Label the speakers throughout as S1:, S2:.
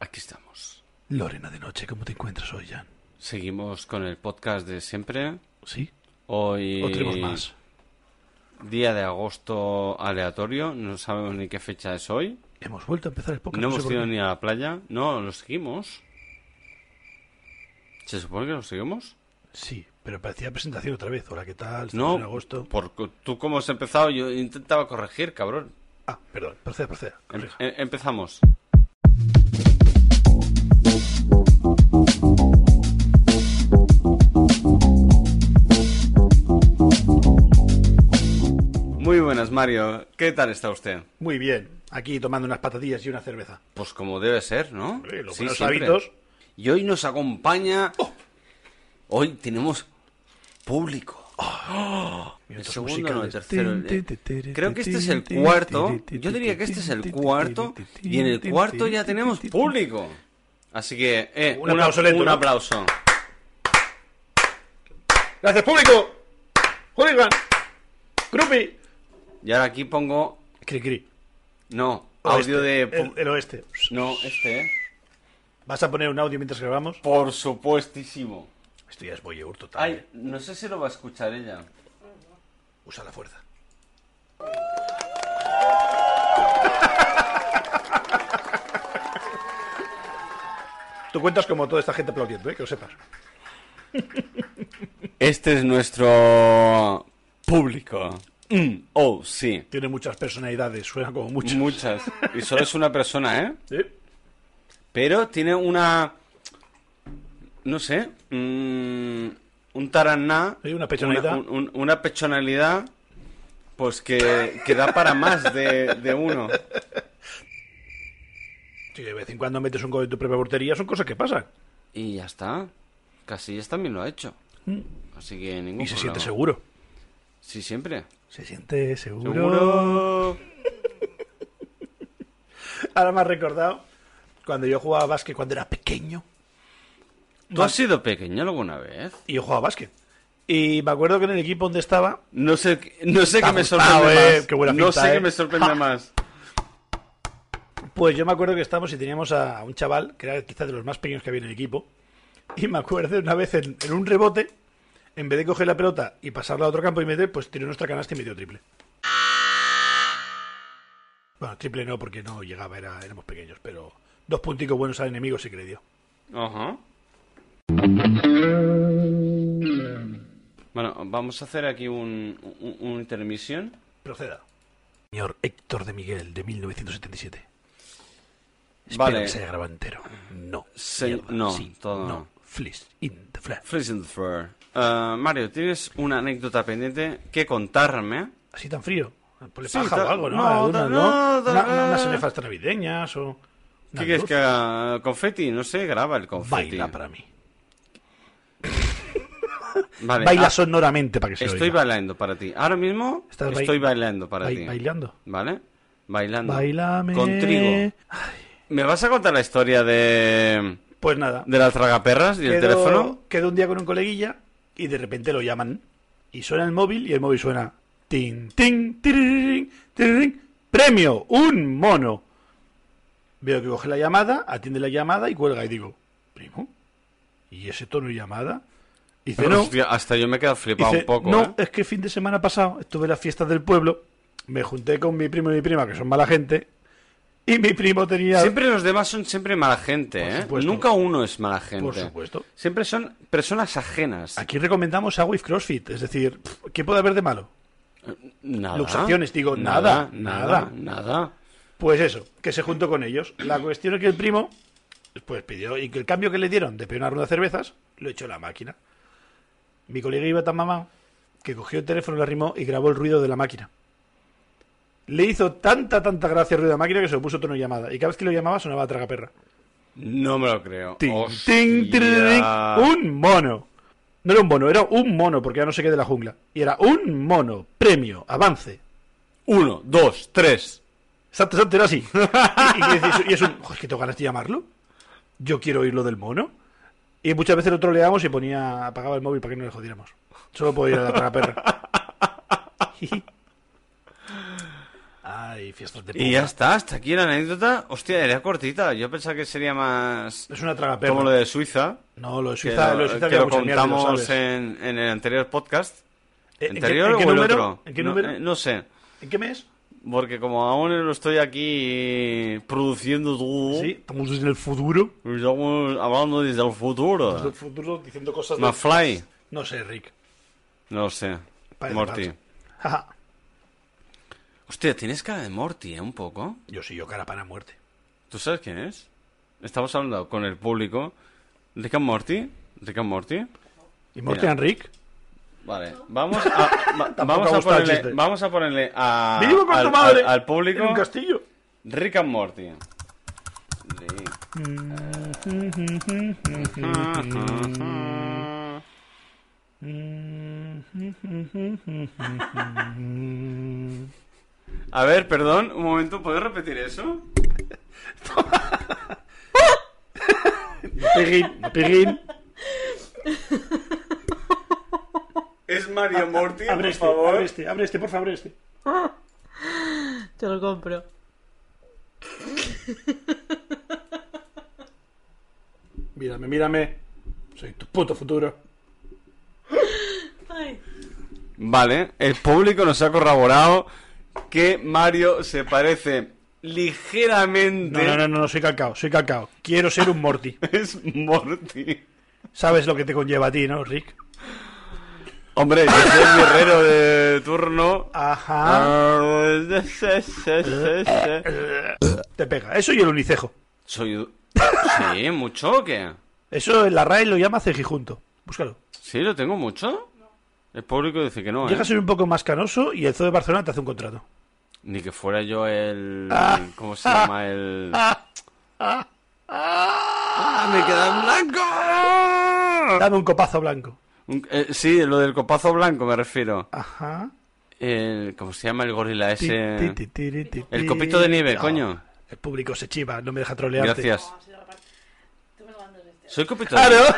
S1: Aquí estamos.
S2: Lorena de noche, ¿cómo te encuentras hoy, Jan?
S1: Seguimos con el podcast de siempre.
S2: ¿Sí?
S1: Hoy.
S2: ¿O tenemos más?
S1: Día de agosto aleatorio. No sabemos ni qué fecha es hoy.
S2: Hemos vuelto a empezar el podcast.
S1: No
S2: sé
S1: hemos
S2: por
S1: ido
S2: qué.
S1: ni a la playa. No, lo seguimos. ¿Se supone que lo seguimos?
S2: Sí, pero parecía presentación otra vez. Hola, ¿qué tal? Estamos
S1: No.
S2: en agosto.
S1: Por, tú, como has empezado, yo intentaba corregir, cabrón.
S2: Ah, perdón, proceda, proceda.
S1: Em-
S2: corrija.
S1: em- empezamos. Muy buenas, Mario. ¿Qué tal está usted?
S2: Muy bien, aquí tomando unas patatillas y una cerveza.
S1: Pues como debe ser, ¿no?
S2: Hombre, los
S1: Sí,
S2: buenos
S1: siempre.
S2: hábitos.
S1: Y hoy nos acompaña.
S2: Oh.
S1: Hoy tenemos público. El
S2: Minutos
S1: segundo, no, el
S2: musicales.
S1: tercero. el-
S2: Tin, tin, tin, tin,
S1: Creo que este es el
S2: tin,
S1: cuarto.
S2: tin, tin,
S1: Yo diría que este es el
S2: tin, tin,
S1: cuarto.
S2: tin, tin,
S1: Y en el
S2: tin,
S1: cuarto
S2: tin,
S1: ya
S2: tin,
S1: tenemos
S2: tin, tin,
S1: público. Así que, eh,
S2: Un aplauso lento,
S1: un
S2: ¿no?
S1: aplauso.
S2: ¡Gracias, público! ¡Hooligan! ¡Grupi!
S1: Y ahora aquí pongo.
S2: Cri, cri.
S1: No,
S2: Oeste,
S1: audio de. pu-
S2: Oh, este, El, el oeste.
S1: No, este, eh.
S2: ¿Vas a poner un audio mientras grabamos?
S1: Por supuestísimo.
S2: Esto ya es voyeur total. ¿eh?
S1: Ay, no sé si lo va a escuchar ella.
S2: Usa la fuerza. Tú cuentas como toda esta gente aplaudiendo, ¿eh? que lo sepas.
S1: Este es nuestro público. Mm, oh, sí.
S2: Tiene muchas personalidades, suena como mucho.
S1: Muchas. Y solo es una persona, ¿eh?
S2: ¿Eh?
S1: Pero tiene una. No sé. mm, un taraná.
S2: Sí, una pechonalidad.
S1: Una, un- un- una pechonalidad. Pues que, que da para más de, de uno.
S2: Sí, de vez en cuando metes un gol en tu propia portería, son cosas que pasan.
S1: Y ya está. Casillas también lo ha hecho. Así que ningún
S2: Mm. Y se
S1: problema.
S2: siente seguro.
S1: Sí, siempre.
S2: Se siente seguro.
S1: Seguro.
S2: Ahora me has recordado cuando yo jugaba a básquet cuando era pequeño.
S1: ¿Tú has sido pequeño alguna vez?
S2: Y yo jugaba a básquet. Y me acuerdo que en el equipo donde estaba
S1: No sé, no sé
S2: Te ha
S1: qué me
S2: gustado,
S1: sorprende
S2: eh,
S1: más.
S2: qué buena
S1: no
S2: pinta,
S1: sé
S2: eh.
S1: qué me sorprende más.
S2: Pues yo me acuerdo que estábamos y teníamos a un chaval que era quizás de los más pequeños que había en el equipo. Y me acuerdo una vez en, en un rebote, en vez de coger la pelota y pasarla a otro campo y meter, pues tiró nuestra canasta y metió triple. Bueno, triple no, porque no llegaba, era, éramos pequeños, pero dos punticos buenos al enemigo sí que le dio.
S1: Ajá. Bueno, vamos a hacer aquí un, un, un intermisión.
S2: Proceda. Señor Héctor de Miguel, de 1977. Espero
S1: Vale.
S2: que se haya grabado entero. No.
S1: Se-
S2: mierda,
S1: no,
S2: sí,
S1: todo no.
S2: no. Fleece in the flesh.
S1: Freeze and Fur. Eh, Mario, ¿tienes una anécdota pendiente que contarme?
S2: así tan frío. Ponle
S1: Sí,
S2: paja
S1: ta-
S2: o algo, ¿no?
S1: no,
S2: Algunas,
S1: ta-
S2: ¿no?
S1: no, ta- eh.
S2: Una- una- unas nefastas navideñas o...
S1: ¿Qué
S2: una
S1: quieres
S2: luz.
S1: que haga? ¿Confeti? No sé, graba el confeti.
S2: Baila para mí.
S1: Vale,
S2: Baila
S1: ah,
S2: sonoramente para que se
S1: Estoy
S2: oiga.
S1: bailando para ti. Ahora mismo
S2: Estás bai-
S1: estoy bailando para
S2: Bai-
S1: ti.
S2: bailando.
S1: ¿Vale? Bailando.
S2: Bailame.
S1: Con trigo. ¿Me vas a contar la historia de,
S2: Pues nada.
S1: de las tragaperras y el
S2: quedo-
S1: teléfono?
S2: Quedo un día con un coleguilla y de repente lo llaman. Y suena el móvil y el móvil suena... Tin, tin, tiririn, tiririn, premio, un mono. Veo que coge la llamada, atiende la llamada y cuelga. Y digo, primo, ¿y ese tono de llamada? Y dice, no,
S1: Hostia, hasta yo me he quedado flipado
S2: Dice,
S1: un poco.
S2: no,
S1: ¿eh?
S2: es que el fin de semana pasado estuve en las fiestas del pueblo, me junté con mi primo y mi prima, que son mala gente, y mi primo tenía...
S1: Siempre los demás son siempre mala gente,
S2: Por
S1: ¿eh?
S2: supuesto.
S1: Nunca uno es mala gente.
S2: Por supuesto.
S1: Siempre son personas ajenas.
S2: Aquí recomendamos agua y CrossFit, es decir, pff, ¿qué puede haber de malo?
S1: Nada.
S2: Luxaciones, digo, nada,
S1: nada, nada.
S2: Pues eso, que se juntó con ellos. La cuestión es que el primo, pues pidió, y que el cambio que le dieron de pedir una ronda de cervezas, lo echó la máquina. Mi colega iba tan mamado que cogió el teléfono, lo arrimó y grabó el ruido de la máquina. Le hizo tanta, tanta gracia el ruido de la máquina que se lo puso tono de llamada. Y cada vez que lo llamaba sonaba traga perra.
S1: No me lo creo.
S2: Tin,
S1: Hostia.
S2: tin, tirirín, un mono. No era un mono, era un mono, porque ya no sé qué de la jungla. Y era un mono, premio, avance.
S1: Uno, dos, tres.
S2: Exacto, exacto, era así. Y, y dices- y es un, "Joder, es que tengo ganas de llamarlo. Yo quiero oír lo del mono. Y muchas veces lo troleábamos y ponía, apagaba el móvil para que no le jodiéramos. Solo podía ir a la perra. Ay, fiestas de
S1: Y ya está, hasta aquí la anécdota. Hostia, era cortita. Yo pensaba que sería más
S2: Es una tragaperra.
S1: como lo de Suiza.
S2: No, lo de
S1: Que
S2: Suiza,
S1: lo,
S2: lo de Suiza
S1: que
S2: había
S1: lo
S2: mucha mierda, lo
S1: contamos
S2: sabes. Eh,
S1: en, en el anterior podcast.
S2: ¿En- en qué-
S1: ¿Anterior
S2: en qué
S1: o el
S2: número?
S1: otro?
S2: ¿En qué
S1: No,
S2: número?
S1: eh, no sé.
S2: ¿En qué mes?
S1: Porque como aún lo estoy aquí produciendo todo,
S2: Sí, estamos en el futuro.
S1: estamos hablando desde el
S2: Desde
S1: futuro.
S2: el futuro diciendo cosas. de-
S1: McFly,
S2: No sé, Rick.
S1: no sé.
S2: Parece
S1: Morty.
S2: falso. Jaja.
S1: Hostia, tienes cara de Morty, ¿eh? Un poco.
S2: yo sí, yo cara para muerte.
S1: ¿Tú sabes quién es? Estamos hablando con el público. Rick and Morty. Rick and Morty.
S2: ¿Y Morty
S1: Mira.
S2: and Rick?
S1: Vale, vamos a, va-
S2: Tampoco
S1: vamos,
S2: ha
S1: a
S2: gustado el
S1: ponerle,
S2: chiste.
S1: vamos a ponerle a,
S2: ¡Vivo con
S1: al,
S2: tu madre!
S1: al- al
S2: En un
S1: público
S2: castillo.
S1: Rick and Morty. Rick. A ver, perdón, un momento, ¿puedes repetir eso?
S2: Pigín, pigín.
S1: Es Mario Morty,
S2: Abre
S1: por
S2: este,
S1: favor.
S2: abre este, abre este, por favor, abre este.
S3: Te lo compro.
S2: Mírame, mírame. Soy tu puto futuro.
S3: Ay.
S1: Vale, el público nos ha corroborado que Mario se parece
S2: No,
S1: ligeramente.
S2: no, no, no, no, soy calcao, soy calcao. Quiero ser un Morty.
S1: Es Morty.
S2: Sabes lo que te conlleva a ti, ¿no, Rick?
S1: Hombre, yo soy el guerrero de turno.
S2: Ajá.
S1: Ah, sí, sí, sí, sí.
S2: Te pega. Eso y el unicejo.
S1: Soy. Sí, mucho o qué?
S2: Eso en la RAE lo llama cejijunto. Búscalo.
S1: Sí, lo tengo mucho. El público dice que no, ¿eh?
S2: Llega a ser un poco más canoso y el zoo de Barcelona te hace un contrato.
S1: Ni que fuera yo el.
S2: Ah.
S1: ¿Cómo se llama? El. ¡Ah! ¡Me queda en blanco!
S2: Dame un copazo blanco.
S1: Un- eh, sí, lo del copazo blanco me refiero.
S2: Ajá.
S1: El, ¿Cómo se llama el gorila
S2: Ti,
S1: ese?
S2: ti, ti, ti, ti,
S1: El
S2: ti.
S1: copito de nieve,
S2: Ah,
S1: coño.
S2: El público se chiva, no me deja trolearte.
S1: Gracias.
S3: Tú me lo mandas este.
S1: Soy copito de nieve.
S2: Claro.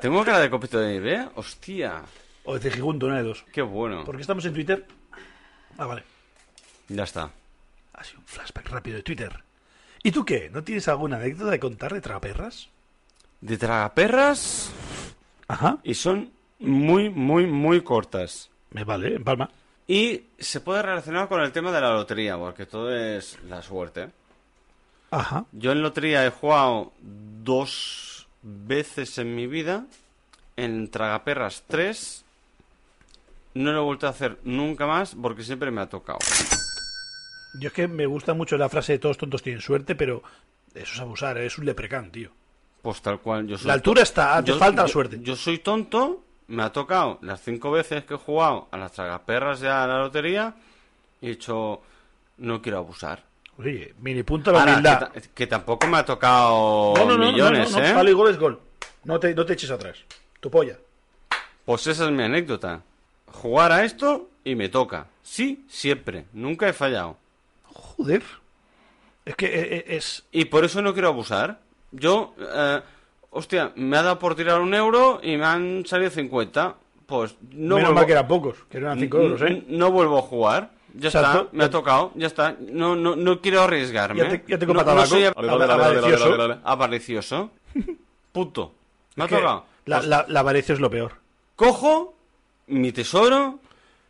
S1: ¿Tengo cara de copito de nieve? eh? ¡Hostia!
S2: O de cejijunto, una de dos.
S1: ¡Qué bueno!
S2: ¿Por qué estamos en Twitter? Ah, vale.
S1: Ya está.
S2: Ha sido un flashback rápido de Twitter. ¿Y tú qué? ¿No tienes alguna anécdota de contar de traperras?
S1: De tragaperras.
S2: Ajá.
S1: Y son muy, muy, muy cortas.
S2: Me vale, en palma.
S1: Y se puede relacionar con el tema de la lotería, porque todo es la suerte.
S2: Ajá.
S1: Yo en lotería he jugado dos veces en mi vida, en tragaperras tres. No lo he vuelto a hacer nunca más porque siempre me ha tocado.
S2: Yo es que me gusta mucho la frase de todos tontos tienen suerte, pero eso es abusar, ¿eh? es un leprecán, tío.
S1: Pues tal cual, yo soy...
S2: La altura está, Ah, te
S1: yo-
S2: falta la
S1: yo-
S2: suerte.
S1: Yo soy tonto, me ha tocado las cinco veces que he jugado a las tragaperras ya a la lotería y he dicho, no quiero abusar.
S2: Oye, mini punto de la
S1: Ahora,
S2: humildad.
S1: que, ta- que tampoco me ha tocado
S2: No, no, no,
S1: millones,
S2: no, no, no,
S1: ¿eh?
S2: palo y gol es gol. No te, no te eches atrás. Tu polla.
S1: Pues esa es mi anécdota. Jugar a esto y me toca. Sí, siempre. Nunca he fallado.
S2: Joder. Es que eh, eh, es...
S1: Y por eso no quiero abusar. Yo, eh, hostia, me ha dado por tirar un euro y me han salido 50. Pues no
S2: menos
S1: vuelvo,
S2: mal que eran pocos, que eran 5 euros,
S1: n-
S2: ¿eh?
S1: no vuelvo a jugar. Ya
S2: Exacto.
S1: está, me ha tocado, ya está. No, no, no quiero arriesgarme.
S2: Ya te- ya tengo
S1: no,
S2: para
S1: no
S2: tabaco.
S1: soy
S2: Vale, vale, vale, vale, vale, vale.
S1: aparecioso. Punto. Me ha
S2: Que
S1: tocado. Pues
S2: La, la, la avaricia es lo peor.
S1: Cojo mi tesoro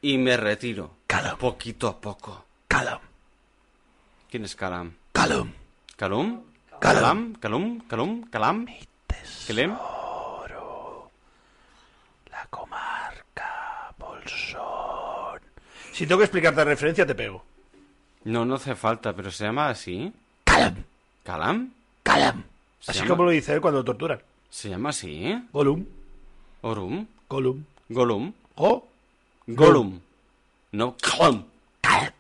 S1: y me retiro.
S2: Calum,
S1: Poquito a poco.
S2: calum,
S1: ¿Quién es Calam?
S2: calum.
S1: ¿Calum?
S2: Calum.
S1: ¿Calam? ¿Calum? ¿Calum? ¿Calam? ¿Kelem?
S2: La comarca Bolsón. Si tengo que explicarte la referencia, te pego.
S1: No, no hace falta, pero se llama así.
S2: Calam,
S1: ¿Calam?
S2: calam.
S1: Se
S2: Así
S1: llama-
S2: como lo dice él cuando lo torturan.
S1: ¿Se llama así? ¿eh?
S2: Golum,
S1: ¿Orum?
S2: golum,
S1: ¿Golum?
S2: go.
S1: ¿Golum? No, Calam.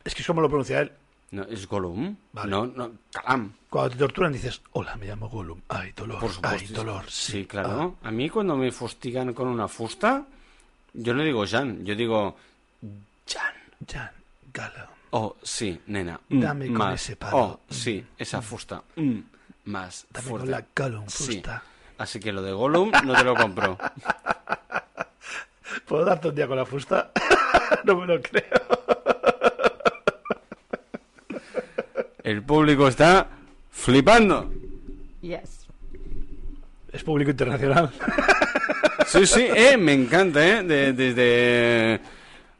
S2: Es que es como lo pronuncia él.
S1: No, es Golum.
S2: Vale.
S1: No, no, Calam.
S2: Cuando te torturan dices, hola, me llamo Golum. Ay, dolor,
S1: Por supuesto.
S2: ay, dolor. Sí, Ah.
S1: Sí, claro. A mí cuando me fustigan con una fusta, yo no digo Jan, yo digo Jan.
S2: Jan, Galam.
S1: Oh, sí, nena. Mm,
S2: Dame con
S1: más.
S2: ese palo.
S1: Oh, sí, esa fusta. Mm, más
S2: Dame
S1: fuerte.
S2: con la Golum
S1: Sí.
S2: fusta.
S1: Así que lo de Gollum no te lo compro.
S2: ¿Puedo darte un día con la fusta? no me lo creo.
S1: El público está flipando.
S4: Yes.
S2: Es público internacional.
S1: Sí, sí, eh, me encanta, ¿eh? De- desde...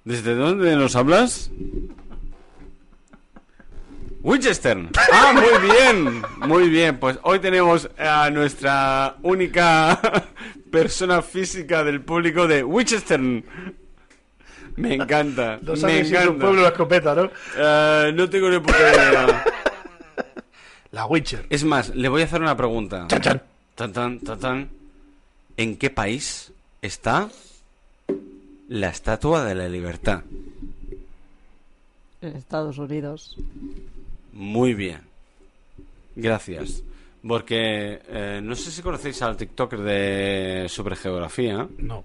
S1: ¿Desde dónde nos hablas? Winchester. Ah, muy bien. Muy bien. Pues hoy tenemos a nuestra única persona física del público de Winchester. Me encanta.
S2: No
S1: me
S2: sabes si es
S1: encanta.
S2: un pueblo o la escopeta, ¿no?
S1: Eh, no tengo ni puta idea.
S2: La Witcher.
S1: Es más, le voy a hacer una pregunta.
S2: Chan, chan.
S1: Tan, tan, tan, tan. ¿En qué país está la Estatua de la Libertad?
S4: En Estados Unidos.
S1: Muy bien. Gracias. Porque eh, no sé si conocéis al TikToker de sobre geografía.
S2: No.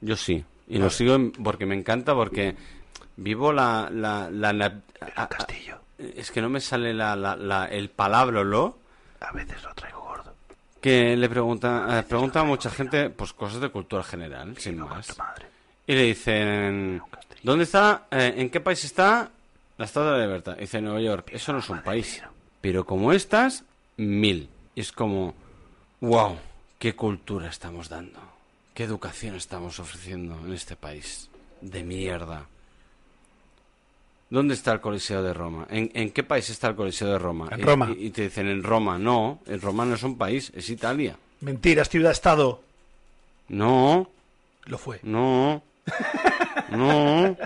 S1: Yo sí. Y lo sigo en- porque me encanta, porque vivo la... la, la, la- a- a-
S2: Castillo.
S1: es que no me sale la, la- la- el palabra, ¿lo?
S2: A veces lo traigo gordo.
S1: Que le pregunta, eh, pregunta a mucha gente pues cosas de cultura general, sin más.
S2: Madre.
S1: Y le dicen, ¿dónde está, eh, en qué país está la Estatua de la Libertad? Y dice, Nueva York, eso no es un país. Pero como estas, mil. Y es como, wow, qué cultura estamos dando. Qué educación estamos ofreciendo en este país. De mierda. ¿Dónde está el Coliseo de Roma? ¿En, en qué país está el Coliseo de Roma?
S2: En
S1: Y-
S2: Roma.
S1: Y, y te dicen, en Roma, no, en Roma no es un país, es Italia.
S2: Mentiras, ciudad-estado.
S1: No,
S2: Lo fue.
S1: no, no.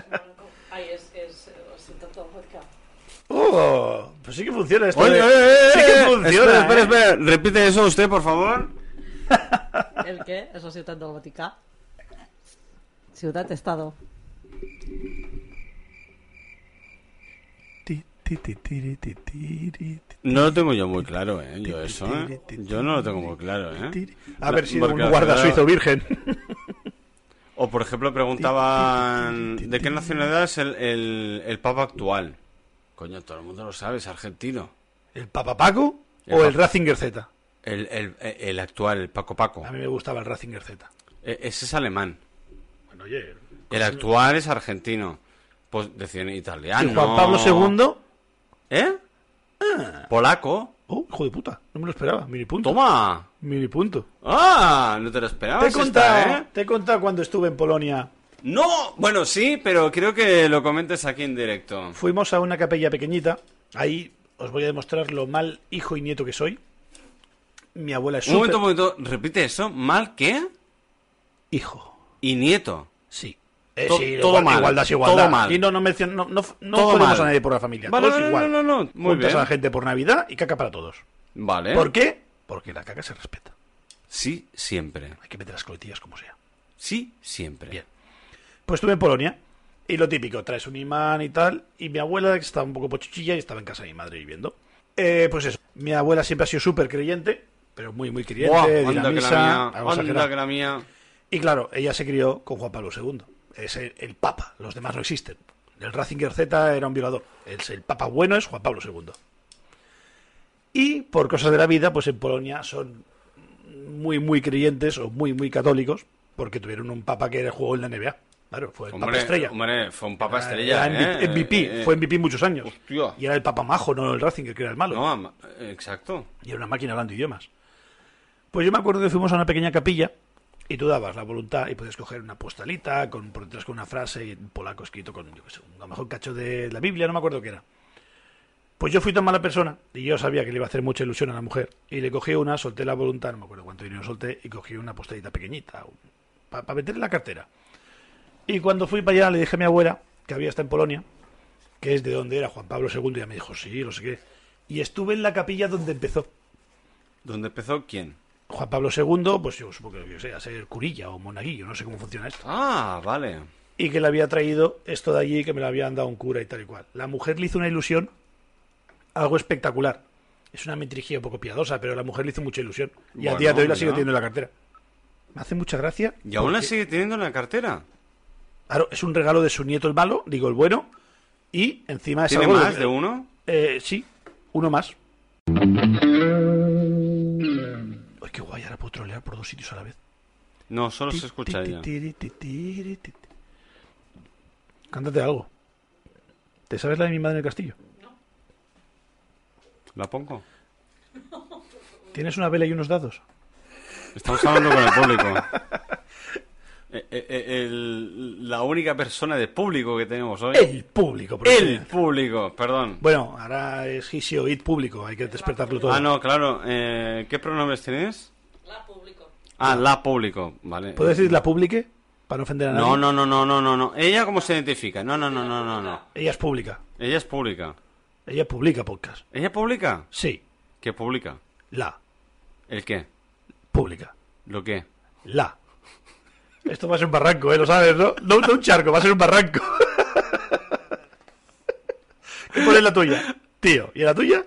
S3: Ay, es, es, eh, os siento todo vodka.
S2: ¡Oh! Pues sí que funciona esto.
S1: Oye,
S2: de-
S1: oye, oye,
S2: sí que
S1: oye,
S2: funciona.
S1: Espera, espera,
S2: ¿eh?
S1: espera. Repite eso usted, por favor.
S4: ¿El qué? Es la ciudad dogmática. Ciudad-estado.
S2: Ti, ti, ti, tiri, ti, tiri, ti,
S1: No lo tengo yo muy claro, ¿eh? Yo eso, ¿eh? Yo no lo tengo muy claro, ¿eh?
S2: tiri. A ver si
S1: Porque
S2: un
S1: la
S2: guarda
S1: verdad-
S2: suizo virgen.
S1: O, por ejemplo, preguntaban... ¿De qué nacionalidad es el, el, el papa actual? Coño, todo el mundo lo sabe, es argentino.
S2: ¿El Papa Paco
S1: El
S2: o
S1: Papa-
S2: el Ratzinger Z?
S1: El, el, el actual, el Paco Paco.
S2: A mí me gustaba el Ratzinger Z.
S1: E- ese es alemán.
S2: Bueno, oye.
S1: El actual es argentino. Pues decían italiano.
S2: ¿Y Ah, Juan Pablo II?
S1: ¿Eh? Ah. Polaco.
S2: Oh, hijo de puta. No me lo esperaba. Mini punto.
S1: Toma.
S2: Mini punto.
S1: Ah, no te lo esperabas.
S2: Te he
S1: esta,
S2: contado,
S1: ¿eh?
S2: te he contado cuando estuve en Polonia.
S1: No, bueno, sí, pero creo que lo comentes aquí en directo.
S2: Fuimos a una capella pequeñita. Ahí os voy a demostrar lo mal hijo y nieto que soy. Mi abuela es
S1: Un
S2: súper...
S1: momento, un momento, repite eso, mal que
S2: Hijo.
S1: y nieto.
S2: Sí. Eh,
S1: To-
S2: sí,
S1: todo
S2: igual-
S1: mal,
S2: Igualdad es igualdad.
S1: todo mal.
S2: Y no, no menciono, no, no, no
S1: Todo
S2: jodemos
S1: mal.
S2: a nadie por la familia.
S1: Vale,
S2: todos
S1: no, no,
S2: igual.
S1: no, no, muy
S2: Juntas
S1: bien. ¿Eh?
S2: a la gente por Navidad y caca para todos.
S1: Vale.
S2: ¿Por qué? Porque la caca se respeta.
S1: Sí, siempre.
S2: Hay que meter las coletillas como sea.
S1: Sí, siempre.
S2: Bien. Pues estuve en Polonia. Y lo típico, traes un imán y tal. Y mi abuela, que estaba un poco pochuchilla y estaba en casa de mi madre viviendo. Eh, pues eso. Mi abuela siempre ha sido súper creyente, pero muy, muy creyente.
S1: Buah,
S2: de ir a
S1: onda que la
S2: misa,
S1: mía,
S2: algo
S1: onda
S2: exagerado.
S1: que la mía.
S2: Y claro, ella se crió con Juan Pablo II. Es el, el Papa, los demás no existen. El Ratzinger Z era un violador. El, el Papa bueno es Juan Pablo II. Y por cosas de la vida, pues en Polonia son muy, muy creyentes o muy, muy católicos, porque tuvieron un Papa que era jugó en la NBA. Claro, fue el Papa
S1: Hombre,
S2: Estrella.
S1: hombre, fue un papa
S2: Era-
S1: estrella.
S2: era MVP,
S1: ¿eh?
S2: MVP,
S1: Eh,
S2: fue MVP muchos años.
S1: hostia.
S2: Y era el Papa Majo, no el Ratzinger, que era el malo.
S1: No, ama- exacto.
S2: Y era una máquina hablando idiomas. Pues yo me acuerdo que fuimos a una pequeña capilla y tú dabas la voluntad y podías coger una postalita con, por detrás con una frase en polaco escrito con, yo qué sé, a lo mejor un cacho de la Biblia, no me acuerdo qué era. Pues yo fui tan mala persona y yo sabía que le iba a hacer mucha ilusión a la mujer y le cogí una, solté la voluntad, no me acuerdo cuánto dinero solté y cogí una postalita pequeñita para meter en la cartera. Y cuando fui para allá le dije a mi abuela, que había estado en Polonia, que es de donde era Juan Pablo II, y ella me dijo, sí, no sé qué. Y estuve en la capilla donde empezó.
S1: ¿Dónde empezó quién?
S2: Juan Pablo II, pues yo supongo que yo sé, a ser curilla o monaguillo, no sé cómo funciona esto.
S1: Ah, vale.
S2: Y que le había traído esto de allí, que me lo habían dado un cura y tal y cual. La mujer le hizo una ilusión, algo espectacular. Es una metrigía un poco piadosa, pero la mujer le hizo mucha ilusión. Y
S1: Bueno,
S2: a día de hoy la
S1: mira.
S2: sigue teniendo en la cartera. Me hace mucha gracia.
S1: ¿Y aún la
S2: porque,
S1: sigue teniendo en la cartera?
S2: Claro, es un regalo de su nieto el malo, digo el bueno, y encima es
S1: ¿Tiene
S2: algo
S1: más de uno?
S2: Eh, sí, uno más. Ay, qué guay, ahora puedo trolear por dos sitios a la vez.
S1: No, solo se escucha
S2: Ti,
S1: ella.
S2: ti, ti, ti, ti, ti, ti, ti. Cántate algo. ¿Te sabes la de mi madre en el castillo?
S1: ¿La pongo?
S2: ¿Tienes una vela y unos dados?
S1: Estamos hablando con el público. Eh, eh, eh, el- la única persona de público que tenemos hoy.
S2: El público, por
S1: El
S2: ejemplo.
S1: público, perdón.
S2: Bueno, ahora es he, she, o it público, hay que despertarlo todo.
S1: Ah, no, claro. eh, ¿Qué pronombres tienes?
S3: La público.
S1: Ah, la público, vale.
S2: ¿Puedo decir la publique? Para no ofender a nadie.
S1: No, no, no, no, no, no, no. ¿Ella cómo se identifica? No, no, no, no, no, no.
S2: Ella es pública.
S1: Ella es pública.
S2: Ella publica podcast.
S1: ¿Ella publica?
S2: Sí,
S1: ¿Qué publica?
S2: la
S1: ¿El qué?
S2: pública.
S1: ¿Lo qué?
S2: La. Esto va a ser un barranco, ¿eh? Lo sabes, ¿no? No, no un charco, va a ser un barranco. ¿Qué pones la tuya? Tío. ¿Y en la tuya?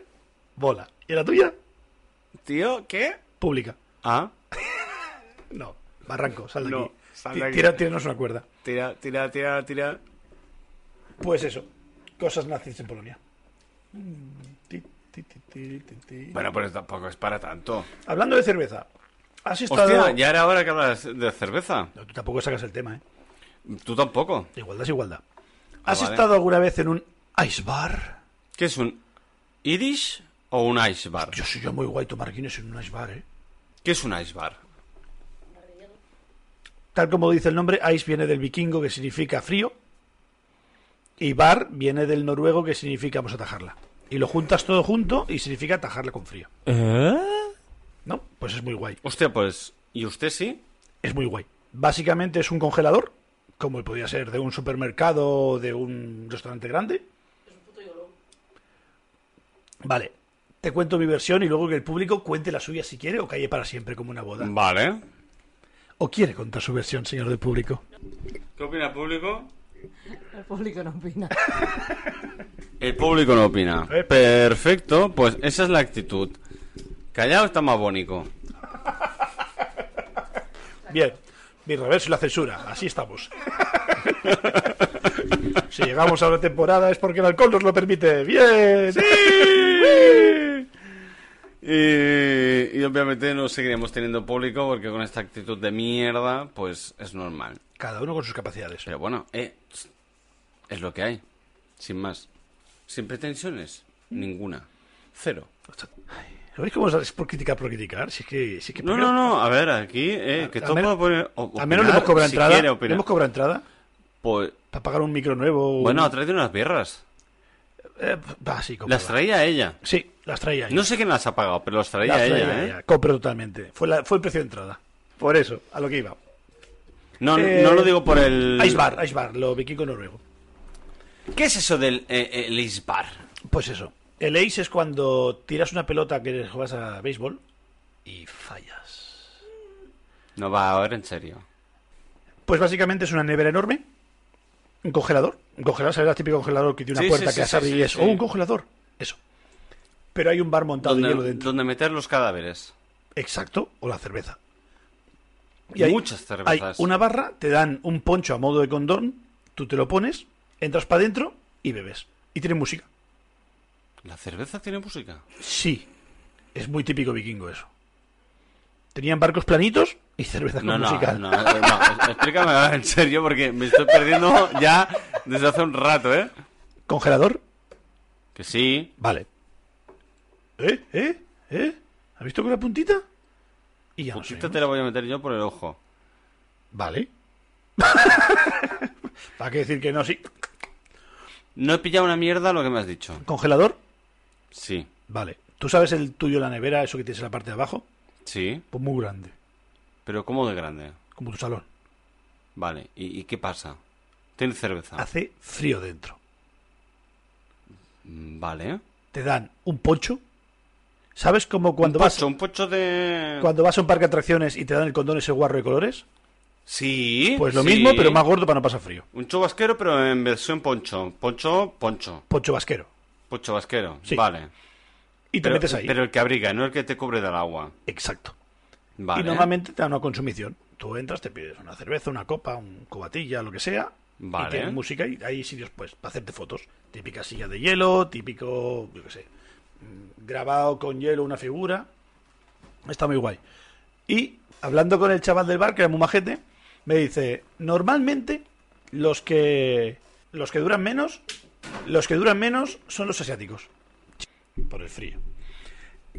S2: Bola. ¿Y en la tuya?
S1: ¿Tío? ¿Qué?
S2: Pública.
S1: Ah,
S2: No. Barranco, sal de
S1: No,
S2: aquí.
S1: sal
S2: Ti-
S1: de aquí.
S2: Tira, tíranos una cuerda.
S1: tira, tira, tira, tira.
S2: Pues eso. Cosas nazis en Polonia. Mm, ti, ti, ti, ti, ti, ti.
S1: Bueno, pero tampoco es para tanto.
S2: Hablando de cerveza. ¿Has estado...?
S1: Hostia, ya era hora que hablas de cerveza.
S2: No, tú tampoco sacas el tema, ¿eh?
S1: Tú tampoco.
S2: Igualdad es igualdad. ¿Has
S1: Ah, vale.
S2: estado alguna vez en un ice bar?
S1: ¿Qué es un Irish o un ice bar?
S2: Yo soy yo muy guay tomar Guinness en un ice bar, ¿eh?
S1: ¿Qué es un ice bar?
S2: Tal como dice el nombre, ice viene del vikingo que significa frío y bar viene del noruego que significa vamos a atajarla. Y lo juntas todo junto y significa atajarla con frío. ¿No? Pues es muy guay.
S1: Hostia, pues. ¿Y usted sí?
S2: Es muy guay. Básicamente es un congelador, como podría ser de un supermercado o de un restaurante grande.
S3: Es un puto yolo.
S2: Vale. Te cuento mi versión y luego que el público cuente la suya si quiere o calle para siempre como una boda.
S1: Vale.
S2: ¿O quiere contar su versión, señor del público?
S1: ¿Qué opina el público?
S4: El público no opina.
S1: El público no opina.
S2: Eh.
S1: Perfecto, pues esa es la actitud. Callado está más bonito.
S2: Bien, mi reverso y la censura, así estamos. si llegamos a una temporada es porque el alcohol nos lo permite. ¡Bien!
S1: Y, y obviamente no seguiremos teniendo público porque con esta actitud de mierda, pues es normal.
S2: Cada uno con sus capacidades.
S1: Pero bueno, eh, es lo que hay. Sin más. Sin pretensiones. Ninguna. Cero.
S2: ¿Lo veis cómo es por criticar por criticar? Si es que, si es que
S1: No,
S2: primero-
S1: no, no. A ver, aquí, eh, que
S2: Al
S1: todo
S2: menos-
S1: puede poner. o-
S2: Al menos le
S1: opinar,
S2: hemos cobrado
S1: si
S2: entrada.
S1: quiere
S2: Le
S1: opinar.
S2: hemos cobrado entrada
S1: Pues,
S2: para pagar un micro nuevo. un-
S1: bueno, tráete unas birras.
S2: Eh, va, sí, compra,
S1: Las
S2: va.
S1: traía ella.
S2: Sí, las traía yo.
S1: No sé quién las ha pagado, pero las traía
S2: Las
S1: ella,
S2: traía
S1: ¿eh?
S2: ella, Compro totalmente. Fue, la- fue el precio de entrada. Por eso, a lo que iba.
S1: No,
S2: Eh,
S1: no lo digo por el.
S2: Ice Bar, Ice Bar, lo vikingo noruego.
S1: ¿Qué es eso del eh, el ice bar?
S2: Pues eso. El ace es cuando tiras una pelota que juegas a béisbol y fallas.
S1: No va, ahora en serio.
S2: Pues básicamente es una nevera enorme, un congelador. Un congelador, ¿sabes? El típico congelador que tiene una
S1: Sí,
S2: puerta
S1: sí,
S2: que
S1: sí,
S2: se abre
S1: sí,
S2: y
S1: sí,
S2: es.
S1: sí.
S2: ¡Oh, un congelador! Eso. Pero hay un bar montado de hielo
S1: Donde,
S2: dentro.
S1: donde meter los cadáveres.
S2: Exacto, o la cerveza.
S1: Muchas
S2: Hay
S1: cervezas.
S2: una barra, te dan un poncho a modo de condón, tú te lo pones, entras para adentro y bebes. Y tiene música.
S1: ¿La cerveza tiene música?
S2: Sí, es muy típico vikingo eso. Tenían barcos planitos y cerveza con
S1: No, no,
S2: música.
S1: no, eh, no, es- explícame ahora en serio porque me estoy perdiendo ya desde hace un rato, ¿eh?
S2: ¿Congelador?
S1: Que sí.
S2: Vale. ¿Eh? ¿Eh? ¿Eh? ¿Has visto con la puntita? Y ya nos
S1: Puntita
S2: oímos.
S1: te la voy a meter yo por el ojo.
S2: Vale. ¿Para qué decir que no? Sí.
S1: No he pillado una mierda lo que me has dicho.
S2: ¿Congelador?
S1: Sí,
S2: Vale. ¿Tú sabes el tuyo en la nevera, eso que tienes en la parte de abajo?
S1: sí.
S2: Pues muy grande,
S1: Pero ¿cómo de grande?
S2: como tu salón.
S1: Vale, ¿y, y qué pasa? Tiene cerveza.
S2: Hace frío dentro.
S1: Mm, Vale.
S2: Te dan un poncho. ¿Sabes cómo cuando
S1: un
S2: vas
S1: pocho, un pocho de...
S2: cuando vas a un parque de atracciones y te dan el condón ese guarro de colores?
S1: Sí.
S2: Pues lo
S1: sí.
S2: mismo, pero más gordo para no pasar frío.
S1: Un chubasquero, pero en versión poncho. Poncho, poncho.
S2: Poncho vasquero.
S1: Poncho vasquero.
S2: Sí.
S1: Vale.
S2: Y te
S1: pero,
S2: metes ahí.
S1: pero el que abriga, no el que te cubre del agua.
S2: Exacto.
S1: Vale.
S2: Y normalmente te dan una consumición. Tú entras, te pides una cerveza, una copa, un cobatilla, lo que sea.
S1: Vale.
S2: Y tienen música y hay sitios, pues, para hacerte fotos. Típica silla de hielo, típico, yo qué sé, mm, grabado con hielo una figura. Está muy guay. Y hablando con el chaval del bar, que era muy majete, me dice, normalmente los que los que duran menos, los que duran menos son los asiáticos. por el frío.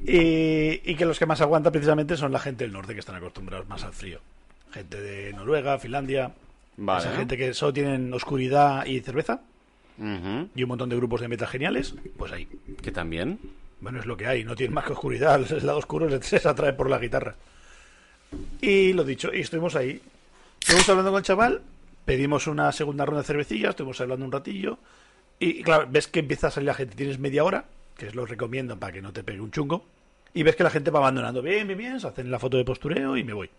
S2: Y, y que los que más aguanta precisamente son la gente del norte que están acostumbrados más al frío. Gente de Noruega, Finlandia,
S1: Vale.
S2: esa gente que solo tienen oscuridad y cerveza
S1: Ujú.
S2: y un montón de grupos de metal geniales, pues ahí.
S1: Que también.
S2: Bueno, es lo que hay, no tienen más que oscuridad, el lado oscuro se atrae por la guitarra. Y lo dicho, y estuvimos ahí. Estuvimos hablando con el chaval, pedimos una segunda ronda de cervecillas, estuvimos hablando un ratillo. Y claro, ves que empieza a salir la gente, tienes media hora, que es lo recomiendan para que no te pegue un chungo. Y ves que la gente va abandonando, bien, bien, bien, se hacen la foto de postureo y me voy.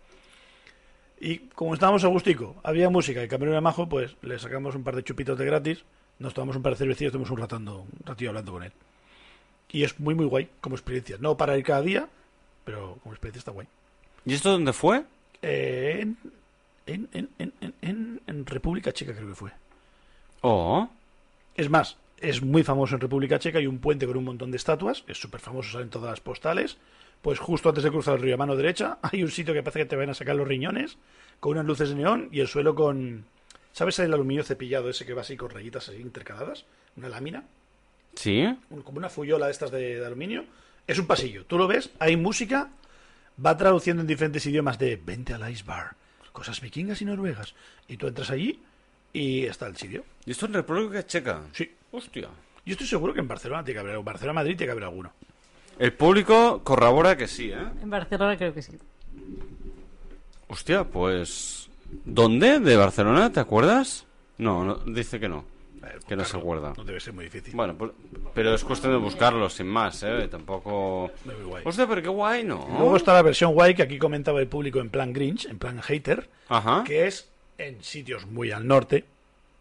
S2: Y como estábamos a gustico, había música y Camerún era majo, pues le sacamos un par de chupitos de gratis, nos tomamos un par de cervecillas, estuvimos un, ratando, un ratillo hablando con él. Y es muy, muy guay como experiencia. No para ir cada día, pero como experiencia está guay.
S1: ¿Y esto dónde fue?
S2: Eh, En, en, en, en, en, en- en República Checa creo que fue.
S1: Oh.
S2: Es más, es muy famoso en República Checa. Hay un puente con un montón de estatuas. Es súper famoso, salen todas las postales. Pues justo antes de cruzar el río a mano derecha hay un sitio que parece que te van a sacar los riñones con unas luces de neón y el suelo con... ¿Sabes el aluminio cepillado ese que va así con rayitas así intercaladas? Una lámina.
S1: ¿Sí?
S2: un- como una fuyola de estas de, de aluminio. Es un pasillo. Tú lo ves, hay música, va traduciendo en diferentes idiomas de vente al Ice Bar, cosas vikingas y noruegas. Y tú entras allí y está el sitio.
S1: ¿Y esto en República Checa?
S2: Sí.
S1: Hostia.
S2: Yo estoy seguro que en Barcelona tiene que haber, o Barcelona Madrid tiene que haber alguno. Eh,
S1: El público corrobora que sí, ¿eh?
S4: En Barcelona creo que sí.
S1: Hostia, pues... ¿Dónde? ¿De Barcelona? ¿Te acuerdas? No, no, dice que no.
S2: A ver,
S1: Que no se
S2: buscarlo.
S1: acuerda.
S2: No debe ser muy difícil.
S1: Bueno, pues- pero es cuestión de buscarlo, sin más, ¿eh? Tampoco...
S2: Muy guay.
S1: Hostia, pero qué guay, ¿no?
S2: Luego está la versión guay que aquí comentaba el público en plan Grinch, en plan hater,
S1: Ajá.
S2: que es en sitios muy al norte,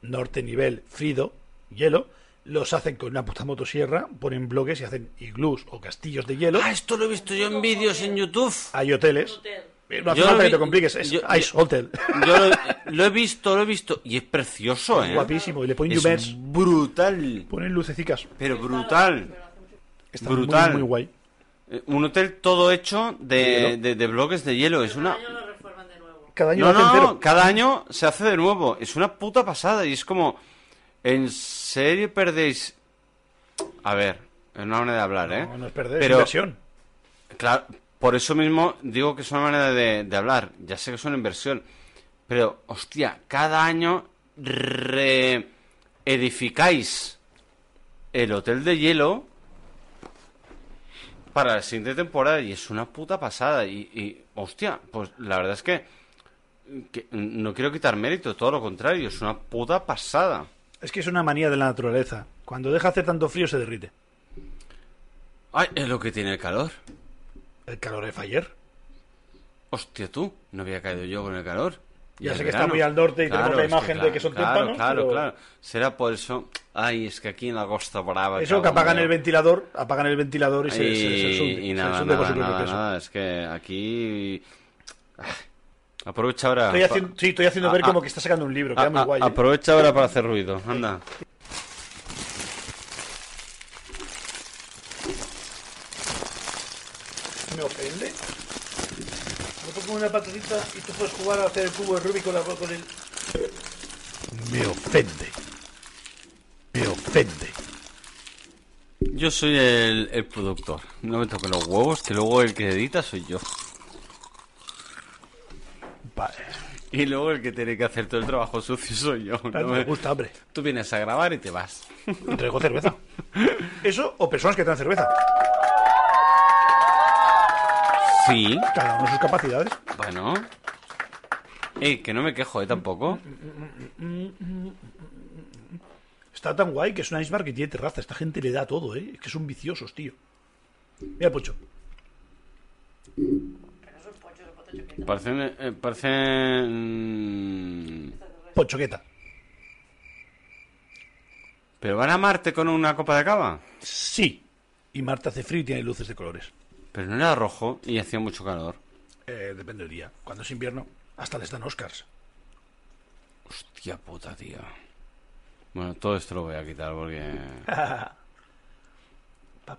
S2: norte nivel frido, hielo, los hacen con una puta motosierra, ponen bloques y hacen iglús o castillos de hielo.
S1: Ah, esto lo he visto yo en vídeos en YouTube.
S2: Hay hoteles.
S3: Hotel.
S2: Eh, No hace
S1: Yo
S2: falta
S1: lo
S2: que te
S1: vi-
S2: compliques, es
S1: yo-
S2: Ice Hotel.
S1: Yo lo, lo he visto, lo he visto. Y es precioso, ¿eh?
S2: Guapísimo, y le ponen
S1: Es
S2: lluvers,
S1: brutal.
S2: ponen lucecicas.
S1: Pero brutal.
S2: Está
S1: Brutal.
S2: Muy, muy guay.
S1: Eh, Un hotel todo hecho de, de- de bloques de hielo. Es
S3: Cada
S1: una...
S3: año lo reforman de nuevo.
S2: Cada año
S1: No,
S2: lo hacen
S1: no,
S2: entero.
S1: cada año se hace de nuevo. Es una puta pasada. Y es como... ¿En serio perdéis...? A ver, es una manera de hablar, ¿eh?
S2: No, no es perder, es
S1: Pero,
S2: inversión.
S1: Claro, por eso mismo digo que es una manera de, de hablar. Ya sé que es una inversión. Pero, hostia, cada año reedificáis el hotel de hielo para la siguiente temporada y es una puta pasada. Y, y, hostia, pues la verdad es que, que no quiero quitar mérito, todo lo contrario, es una puta pasada.
S2: Es que es una manía de la naturaleza. Cuando deja hacer tanto frío se derrite.
S1: Ay, es lo que tiene el calor.
S2: El calor de ayer.
S1: Hostia, tú, no había caído yo con el calor.
S2: Ya
S1: el
S2: sé que está muy al norte y tenemos la
S1: es
S2: imagen de que son
S1: claro,
S2: tímpanos,
S1: Claro,
S2: pero-
S1: claro. Será por eso. Ay, es que aquí en la Costa Brava.
S2: Eso que
S1: cabrón,
S2: apagan
S1: veo.
S2: el ventilador, apagan el ventilador y se,
S1: Y,
S2: se, se sunde.
S1: y
S2: se
S1: nada,
S2: sunde por su
S1: nada,
S2: propio
S1: nada,
S2: peso.
S1: nada, Es que aquí. Ah, Aprovecha ahora.
S2: Estoy haciendo, sí, estoy haciendo ver
S1: Ah,
S2: como
S1: ah.
S2: que está sacando un libro,
S1: Ah,
S2: queda muy
S1: ah,
S2: guay. ¿eh?
S1: Aprovecha ahora para hacer ruido. Anda.
S2: Me ofende. Me pongo una patadita y tú puedes jugar a hacer el cubo de Rubik con, la, con el... Me ofende. Me ofende.
S1: Yo soy el, el productor. No me toques los huevos, que luego el que edita soy yo.
S2: Vale.
S1: Y luego el que tiene que hacer todo el trabajo sucio soy yo.
S2: Claro,
S1: No
S2: me
S1: me-
S2: gusta, hombre.
S1: Tú vienes a grabar y te vas.
S2: Y traigo cerveza. Eso o personas que traen cerveza.
S1: Sí.
S2: Cada uno sus capacidades.
S1: Bueno. Ey, que no me quejo, ¿eh? Tampoco.
S2: Está tan guay que es un iceberg que tiene terraza. Esta gente le da todo, ¿eh? Es que son viciosos, tío. Mira, Pocho.
S1: Parecen... eh, parecen... mm,
S2: Pochoqueta.
S1: ¿Pero van a Marte con una copa de cava?
S2: Sí. Y Marta hace frío y tiene luces de colores.
S1: Pero no era rojo y hacía mucho calor.
S2: Eh, depende del día. Cuando es invierno, hasta les dan Oscars.
S1: Hostia puta, tío. Bueno, todo esto lo voy a quitar porque...
S2: Pa,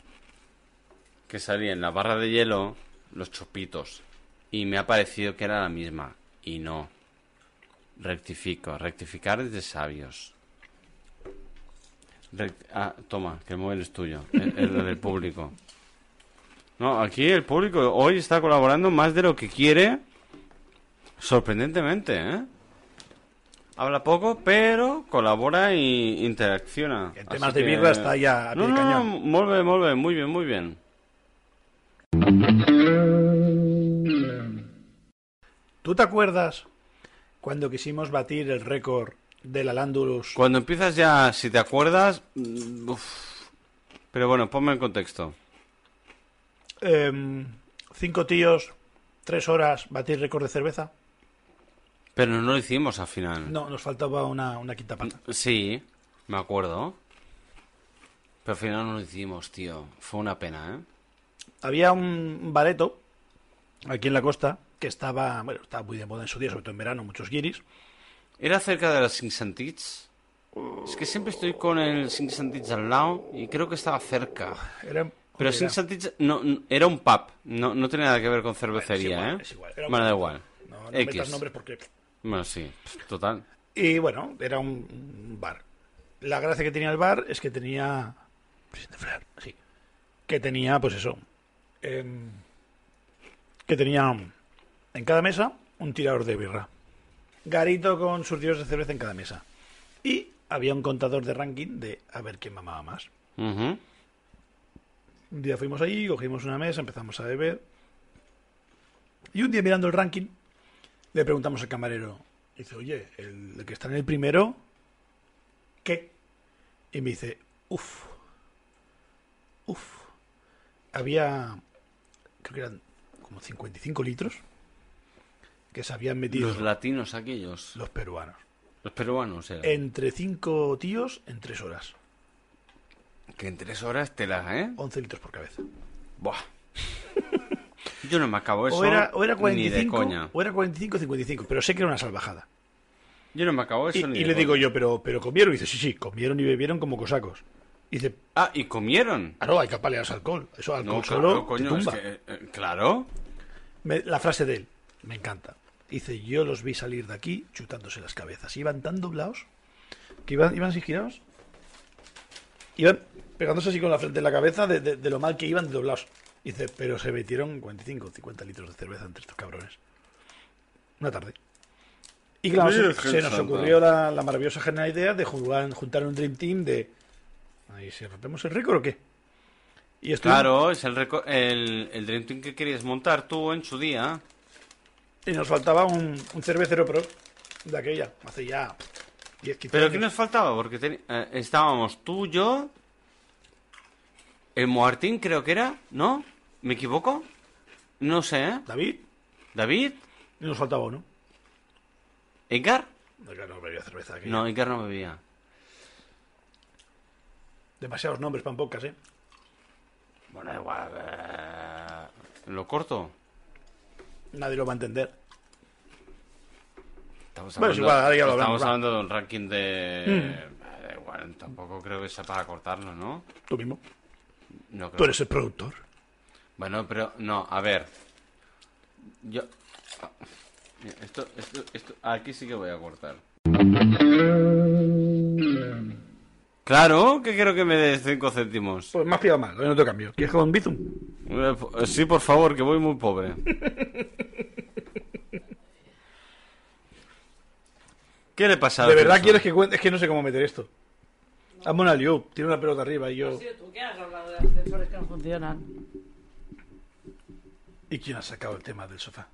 S1: que salía en la barra de hielo los chupitos. Y me ha parecido que era la misma. Y no. Rectifico. Rectificar es de sabios. Rec- ah, toma, que el móvil es tuyo. El- el del público. No, aquí el público hoy está colaborando más de lo que quiere. Sorprendentemente, ¿eh? Habla poco, pero colabora y interacciona.
S2: En
S1: Así
S2: temas de
S1: que-
S2: birra está ya a pie
S1: No,
S2: de
S1: no,
S2: cañón.
S1: no, muy bien, muy bien, muy bien, muy bien.
S2: ¿Tú te acuerdas cuando quisimos batir el récord de la Landulus?
S1: Cuando empiezas ya, si te acuerdas... mm, uf. Pero bueno, ponme en contexto.
S2: Em, cinco tíos, tres horas, batir récord de cerveza.
S1: Pero no lo hicimos al final.
S2: No, nos faltaba una, una quinta pata.
S1: Sí, me acuerdo. Pero al final no lo hicimos, tío. Fue una pena, ¿eh?
S2: Había un bareto aquí en la costa que estaba, bueno, estaba muy de moda en su día, sobre todo en verano, muchos guiris.
S1: ¿Era cerca de las Sinsantits? Es que siempre estoy con el Sinsantits al lado y creo que estaba cerca.
S2: Era-
S1: Pero
S2: era-
S1: Sinsantits no, no- era un pub, no, no tenía nada que ver con cervecería,
S2: igual,
S1: ¿eh?
S2: es igual, era un
S1: bueno, da
S2: pub.
S1: igual.
S2: No, no metas
S1: X.
S2: nombres porque...
S1: Bueno, sí, pff, total.
S2: Y bueno, era un- un bar. La gracia que tenía el bar es que tenía. Presidente Flair, sí. Que tenía, pues eso. em, que tenía en cada mesa un tirador de birra. Garito con surtidores de cerveza en cada mesa. Y había un contador de ranking de a ver quién mamaba más.
S1: Ujú.
S2: Un día fuimos allí, cogimos una mesa, empezamos a beber. Y un día mirando el ranking, le preguntamos al camarero. Dice, oye, el, el que está en el primero, ¿qué? Y me dice, uff, uff. Había, creo que eran como 55 litros que se habían metido
S1: Los latinos aquellos,
S2: los peruanos.
S1: los peruanos eran.
S2: Entre cinco tíos en tres horas.
S1: Que en tres horas te las, ¿eh?
S2: 11 litros por cabeza.
S1: Buah. Yo no me acabo eso
S2: O era, o era
S1: Pues ni de
S2: 45,
S1: coña.
S2: o era 45 55, pero sé que era una salvajada.
S1: Yo no me acabo eso
S2: Y,
S1: ni
S2: y
S1: de
S2: le digo
S1: coña.
S2: yo, pero, pero comieron. Y dice, sí, sí, comieron y bebieron como cosacos. Y dice,
S1: Ah, ¿y comieron?
S2: claro, hay que apalearse alcohol. Eso alcohol
S1: No,
S2: solo
S1: claro,
S2: te
S1: coño, es
S2: tumba.
S1: que, eh, claro.
S2: Me- la frase de él, me encanta. Dice, yo los vi salir de aquí chutándose las cabezas. Iban tan doblados que iban, iban así girados. Iban pegándose así con la frente en la cabeza de, de- de lo mal que iban de doblados. Dice, pero se metieron 45 o 50 litros de cerveza entre estos cabrones. Una tarde. Y claro, se,
S1: Virgen
S2: se nos
S1: santa.
S2: ocurrió la, la maravillosa genial idea de jugar, juntar un Dream Team de... "Ay, si rompemos el récord o qué? Y esto
S1: Claro, es el, reco- el, el Dream Team que querías montar tú en su día.
S2: Y nos faltaba un, un cervecero pro de aquella, hace ya 10, 15
S1: Pero
S2: años.
S1: ¿qué nos faltaba? Porque ten- eh, estábamos tú, yo, el Moartín creo que era, ¿no? ¿Me equivoco? No sé, ¿eh?
S2: David,
S1: ¿David?
S2: y nos faltaba uno.
S1: ¿Edgar?
S2: No, claro, no bebía cerveza aquella.
S1: No, Edgar no bebía.
S2: Demasiados nombres para pocas, ¿eh?
S1: Bueno, da igual. eh, ¿Lo corto?
S2: Nadie lo va a entender.
S1: Estamos
S2: Bueno, es igual, ahora ya lo hablamos, Mm.
S1: estamos
S2: va.
S1: hablando de un ranking de... Da igual, tampoco creo que sea para cortarlo, ¿no?
S2: Tú mismo.
S1: No creo
S2: Tú eres el productor.
S1: Bueno, pero no, a ver. Yo. ah, mira, Esto, esto, esto. Aquí sí que voy a cortar. Claro, que quiero que me des 5 céntimos.
S2: Pues más pillado mal, no te cambio. ¿Quieres con Bizum?
S1: Eh, po- eh, Sí, por favor, que voy muy pobre. ¿Qué le pasa a
S2: ¿De
S1: la
S2: verdad
S1: persona?
S2: quieres que cuente? Es que no sé cómo meter esto. Hazme una liu, tiene una pelota arriba y
S3: ¿Has
S2: yo.
S3: sido tú que has hablado de ascensores que no funcionan?
S4: Funcionan.
S2: ¿Y quién ha sacado el tema del sofá?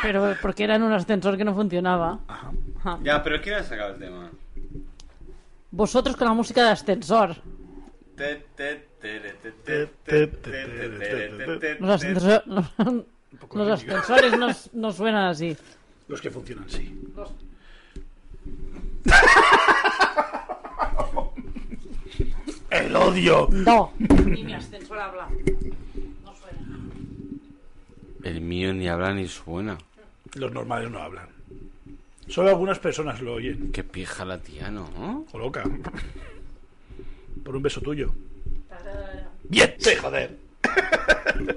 S4: Pero porque era en un ascensor que no funcionaba.
S2: Ajá.
S4: Ajá.
S1: Ya, pero ¿quién ha sacado el tema?
S4: Vosotros con la música de ascensor. Los, ascensor- los-
S2: poco
S4: los
S2: lírico.
S4: ascensores no, no suenan así.
S2: Los que funcionan, sí.
S3: Los-
S2: Ey, El odio.
S4: No.
S3: Y mi ascensor habla. No suena.
S1: El mío ni habla ni suena.
S2: Los normales no hablan. Solo algunas personas lo oyen.
S1: Qué pija la tía, ¿no?
S2: O loca. Por un beso tuyo.
S3: Tarara.
S2: ¡Bien! sí, joder!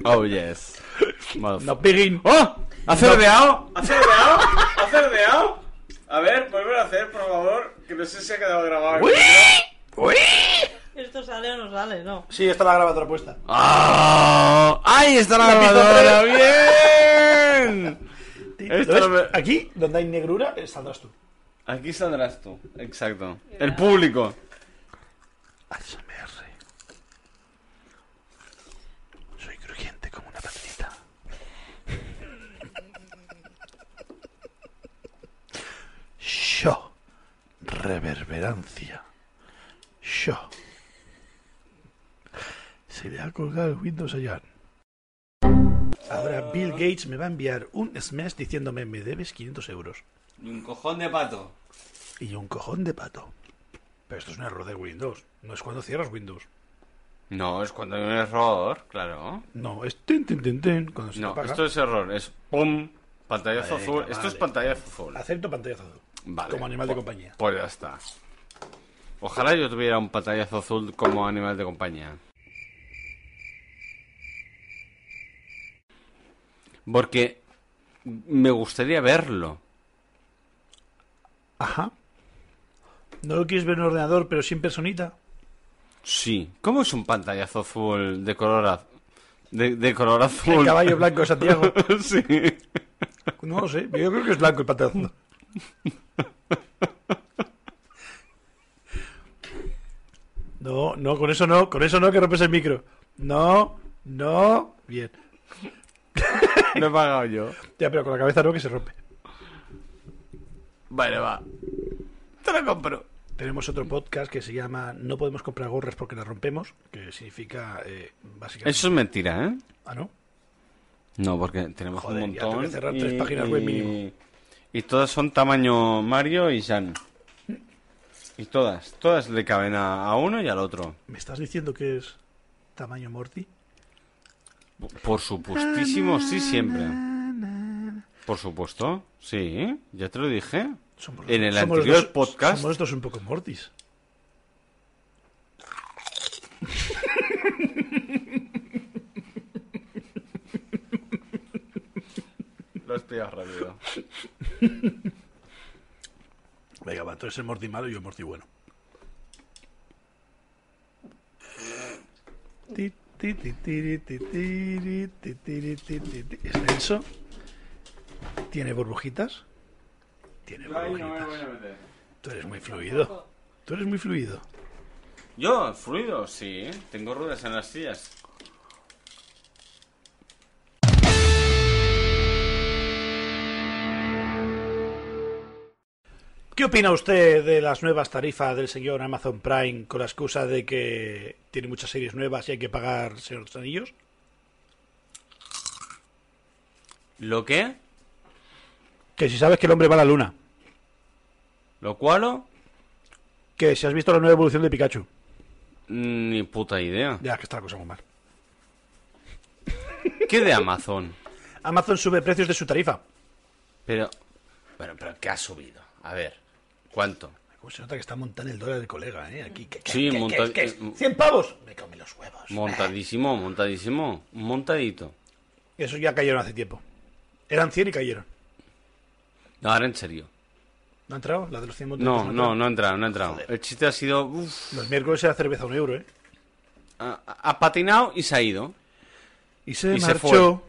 S1: Oh, yes.
S2: No piguin.
S1: ¡Oh! ¿Ha cerdeado? ¿Ha cerdeado? ¿Ha cerdeado? A ver, volver a hacer, por favor, que no sé si ha quedado grabado.
S2: ¡Uy! ¡Uy!
S4: Esto sale o no sale, no.
S2: Sí, está la grabadora puesta.
S1: ¡Ah! ¡Ahí está la grabadora! ¡Bien! Esto
S2: ¿Lo
S1: no
S2: ves?
S1: me-
S2: Aquí, donde hay negrura, eh, saldrás tú.
S1: Aquí saldrás tú, exacto. El público.
S2: ASMR. Soy crujiente como una patita. Yo. Reverberancia. Yo. Se le ha colgado el Windows a Jan. Ahora Bill Gates me va a enviar un smash diciéndome me debes 500 euros.
S1: Y un cojón de pato.
S2: Y un cojón de pato. Pero esto es un error de Windows. No es cuando cierras Windows.
S1: No, es cuando hay un error, claro.
S2: No, es ten, ten, ten, ten, cuando se
S1: No,
S2: Pues apaga.
S1: esto es error, es pum, pantallazo
S2: Venga,
S1: azul. Esto es
S2: vale.
S1: pantallazo azul.
S2: Acepto pantallazo azul.
S1: Vale.
S2: Como animal de
S1: Pu-
S2: compañía.
S1: Pues ya está. Ojalá yo tuviera un pantallazo azul como animal de compañía. Porque me gustaría verlo.
S2: Ajá. ¿No lo quieres ver en ordenador, pero sin personita?
S1: Sí. ¿Cómo es un pantallazo azul de color azul? De, de color
S2: El
S1: azul.
S2: caballo blanco de Santiago.
S1: sí.
S2: No lo sé, yo creo que es blanco el pantallazo azul. No, no, con eso no, con eso no, que rompes el micro. No, no, bien.
S1: Lo he pagado yo.
S2: Ya, pero con la cabeza no, que se rompe.
S1: Vale, va. Te lo compro.
S2: Tenemos otro podcast que se llama No podemos comprar gorras porque las rompemos, que significa eh, básicamente...
S1: Eso es mentira, ¿eh?
S2: Ah, ¿no?
S1: No, porque tenemos
S2: Joder,
S1: un
S2: ya tengo
S1: montón.
S2: que cerrar tres páginas web mínimo.
S1: Y todas son tamaño Mario y Jan. Y todas, todas le caben a, a uno y al otro.
S2: ¿Me estás diciendo que es tamaño Morty?
S1: Por supuestísimo, sí, siempre. Por supuesto, sí, ya te lo dije.
S2: Somos
S1: En el
S2: somos
S1: anterior
S2: los dos-
S1: podcast-
S2: Somos los dos un poco Mortis.
S1: Lo has pillado rápido.
S2: Venga, va, tú eres el Morty malo y yo el Morty bueno. Ti, ti, ti, tiri, ti, tiri, ti, tiri, ti, ti, ti. Es denso. Tiene burbujitas. Tiene burbujitas. Tú eres muy fluido. Tú eres muy fluido.
S1: Yo, fluido, sí. ¿eh? Tengo ruedas en las sillas.
S2: ¿Qué opina usted de las nuevas tarifas del señor Amazon Prime con la excusa de que tiene muchas series nuevas y hay que pagar señor de los anillos?
S1: ¿Lo qué?
S2: Que si sabes que el hombre va a la luna.
S1: ¿Lo cualo?
S2: Que si has visto la nueva evolución de Pikachu.
S1: Mm, Ni puta idea.
S2: Ya, que está la cosa muy mal.
S1: ¿Qué de Amazon?
S2: Amazon sube precios de su tarifa.
S1: Pero, bueno, pero ¿qué ha subido? A ver, ¿cuánto?
S2: Como se nota que está montando el dólar del colega, ¿eh? Aquí, que, que-
S1: Sí,
S2: que-
S1: monta- eh,
S2: que- que- ¿Cien pavos? Me come los huevos.
S1: Montadísimo, montadísimo, montadito.
S2: Eso ya cayeron hace tiempo. Eran 100 y cayeron.
S1: No, ahora en serio.
S2: ¿No ha entrado? La de los 100 montados
S1: No,
S2: ha
S1: no,
S2: entrado?
S1: no ha entrado, no ha entrado.
S2: Joder.
S1: El chiste ha sido, uff,
S2: Los miércoles era cerveza a un euro, ¿eh?
S1: ha, ha patinado y se ha ido.
S2: Y se
S1: Y se
S2: marchó.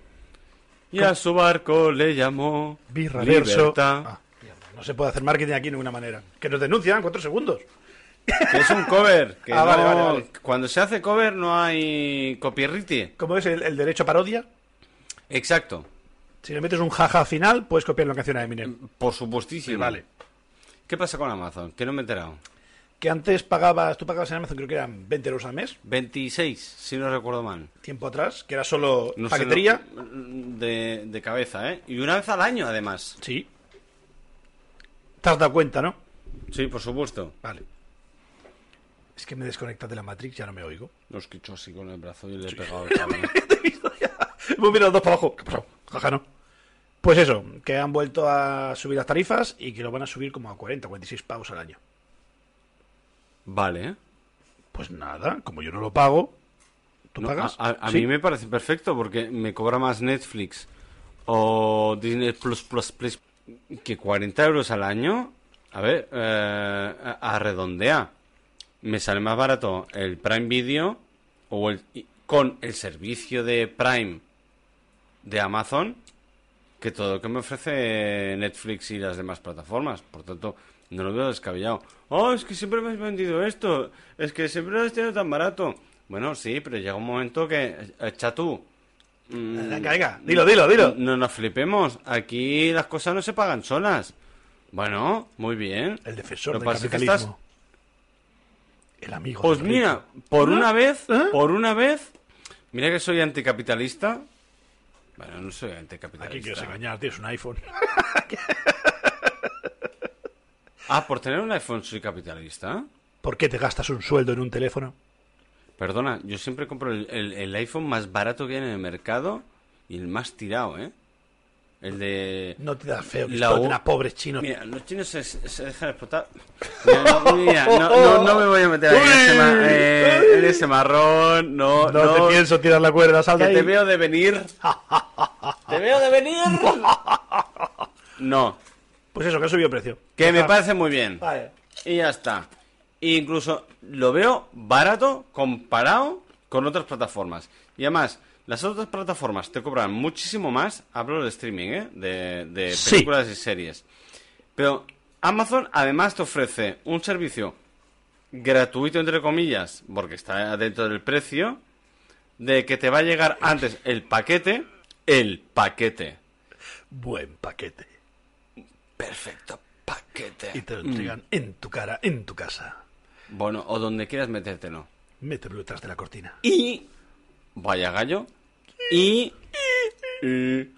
S1: Y a su barco le llamó
S2: Birra verso.
S1: Libertad.
S2: Ah, mierda, no se puede hacer marketing aquí de ninguna manera. Que nos denuncian en cuatro segundos.
S1: Que es un cover. que
S2: Ah,
S1: no-
S2: vale, vale, vale.
S1: Cuando se hace cover no hay copyright.
S2: Como es el, el derecho a parodia,
S1: Exacto.
S2: si le metes un jaja final, puedes copiar la canción a Eminem.
S1: Por supuestísimo.
S2: Vale.
S1: ¿Qué pasa con Amazon? Que no me he enterado.
S2: Que antes pagabas, tú pagabas en Amazon, creo que eran 20 euros al mes,
S1: 26, si no recuerdo mal.
S2: tiempo atrás, que era solo
S1: No sé,
S2: paquetería.
S1: no- de, de cabeza, ¿eh? Y una vez al año, además.
S2: Sí. Te has dado cuenta, ¿no?
S1: Sí, por supuesto.
S2: Vale. Es que me desconectas de la Matrix, ya no me oigo.
S1: Los que he hecho así con el brazo y le he pegado el cabrón.
S2: Hemos mirado dos para abajo. ¿Qué ha pasado? Jaja, no. Pues eso, que han vuelto a subir las tarifas y que lo van a subir como a 40, 46 pavos al año.
S1: Vale, ¿eh?
S2: Pues nada, como yo no lo pago, ¿tú
S1: No,
S2: pagas?
S1: A, a- a
S2: Sí.
S1: mí me parece perfecto porque me cobra más Netflix o Disney Plus Plus Plus que 40 euros al año. A ver, eh, a- arredondea. Me sale más barato el Prime Video o el, y- con el servicio de Prime de Amazon que todo lo que me ofrece Netflix y las demás plataformas. Por tanto, no lo veo descabellado. Oh, es que siempre me has vendido esto. Es que siempre lo has tenido tan barato. Bueno, sí, pero llega un momento que... eh, Chatú. mm,
S2: Venga, venga, dilo, dilo, dilo.
S1: No nos flipemos. Aquí las cosas no se pagan solas. Bueno, muy bien.
S2: El defensor
S1: Lo
S2: del
S1: que pasa es que
S2: capitalismo. El amigo.
S1: Pues
S2: del
S1: mira,
S2: rico.
S1: por una vez,
S2: ¿Eh?
S1: por una vez, mira que soy anticapitalista. Bueno, no soy anticapitalista.
S2: Aquí quieres engañar, tienes un iPhone.
S1: Ah, por tener un iPhone soy capitalista.
S2: ¿Por qué te gastas un sueldo en un teléfono?
S1: Perdona, yo siempre compro el, el- el iPhone más barato que hay en el mercado y el más tirado, ¿eh? El de...
S2: No te das feo que
S1: La
S2: exploten
S1: U-
S2: a pobres chinos.
S1: Mira, los chinos se, se dejan explotar. Mira, no, mira, no, no- no me voy a meter ahí en ese, ma-
S2: Uy,
S1: eh, en ese marrón. No,
S2: no,
S1: no,
S2: te pienso tirar la cuerda, sal de
S1: que
S2: ahí. Ah.
S1: te veo de venir. te veo de venir. no,
S2: Pues eso, que ha subido precio.
S1: que
S2: Ya
S1: me
S2: está.
S1: parece muy bien.
S2: Vale.
S1: Y ya está. E Incluso lo veo barato comparado con otras plataformas. Y además, las otras plataformas te cobran muchísimo más. Hablo de streaming, ¿eh? De, de
S2: Sí.
S1: películas y series. Pero Amazon además te ofrece un servicio gratuito, entre comillas, porque está dentro del precio, de que te va a llegar antes el paquete. El paquete.
S2: Buen paquete.
S1: Perfecto
S2: Y
S1: paquete.
S2: te lo entregan en tu cara, en tu casa.
S1: Bueno, o donde quieras metértelo.
S2: Mételo detrás de la cortina.
S1: Y. Vaya gallo. Y. y-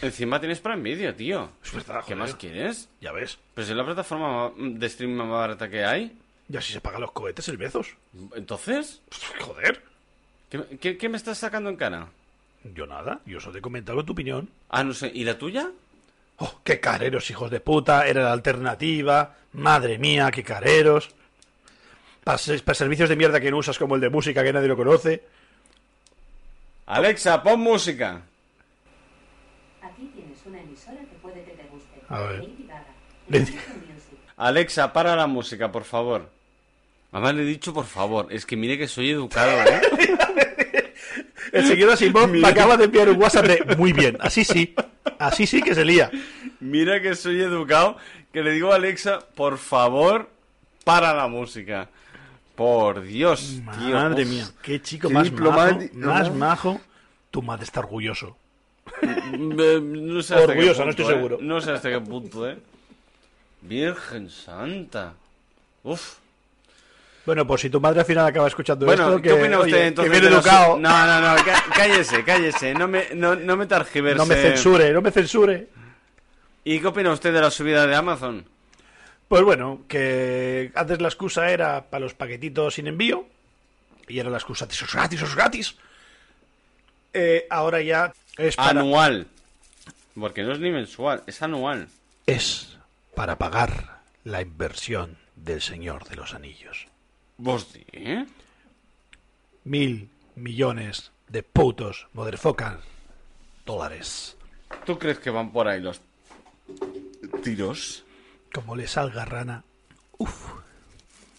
S1: Encima tienes Prime Video, tío.
S2: Es verdad,
S1: ¿Qué
S2: joder.
S1: más quieres?
S2: Ya ves.
S1: Pero si es la plataforma ma- de streaming más barata que hay.
S2: Ya si se pagan los cohetes, el bezos.
S1: Entonces,
S2: Pff, Joder.
S1: ¿qué, qué- qué me estás sacando en cara?
S2: Yo nada. Yo solo te he comentado tu opinión.
S1: Ah, no sé. ¿Y la tuya?
S2: Oh, qué careros, hijos de puta. Era la alternativa. Madre mía, qué careros. Para, ser- para servicios de mierda que no usas como el de música que nadie lo conoce.
S1: Alexa, pon música.
S5: Aquí tienes una emisora que puede que te guste.
S2: A ver.
S5: Lady Gaga.
S2: Lady-
S5: Music.
S1: Alexa, para la música, por favor. Además le he dicho por favor. Es que mire que soy educado, ¿eh?
S2: El señor Simón me acaba de enviar un WhatsApp de muy bien. Así sí. Así sí que se lía.
S1: Mira que soy educado, que le digo a Alexa, por favor, para la música. Por Dios, tío.
S2: Madre
S1: Uf.
S2: mía, qué chico
S1: qué
S2: más majo,
S1: diplomático.
S2: más majo. Tu madre está orgulloso.
S1: Eh, No sé hasta qué
S2: Orgullosa, no estoy
S1: punto, ¿eh?
S2: seguro.
S1: No sé hasta qué punto, ¿eh? Virgen Santa. Uf.
S2: Bueno, pues si tu madre al final acaba escuchando
S1: Bueno,
S2: esto,
S1: ¿qué
S2: que,
S1: opina usted
S2: oye,
S1: entonces?
S2: que
S1: de
S2: viene
S1: los-
S2: educado, no,
S1: No, no, no, cá- cállese, cállese. No me, no, no me targiverse.
S2: me censure, no me censure.
S1: ¿Y qué opina usted de la subida de Amazon?
S2: Pues bueno, que antes la excusa era para los paquetitos sin envío y era la excusa de esos gratis, esos gratis. Eh, ahora ya es
S1: Ah,
S2: para,
S1: Anual. Porque no es ni mensual, es anual.
S2: es para pagar la inversión del Señor de los Anillos.
S1: Vos di, ¿eh?
S2: Mil millones de putos motherfucker dólares.
S1: ¿Tú crees que van por ahí los tiros?
S2: como le salga rana. Uf.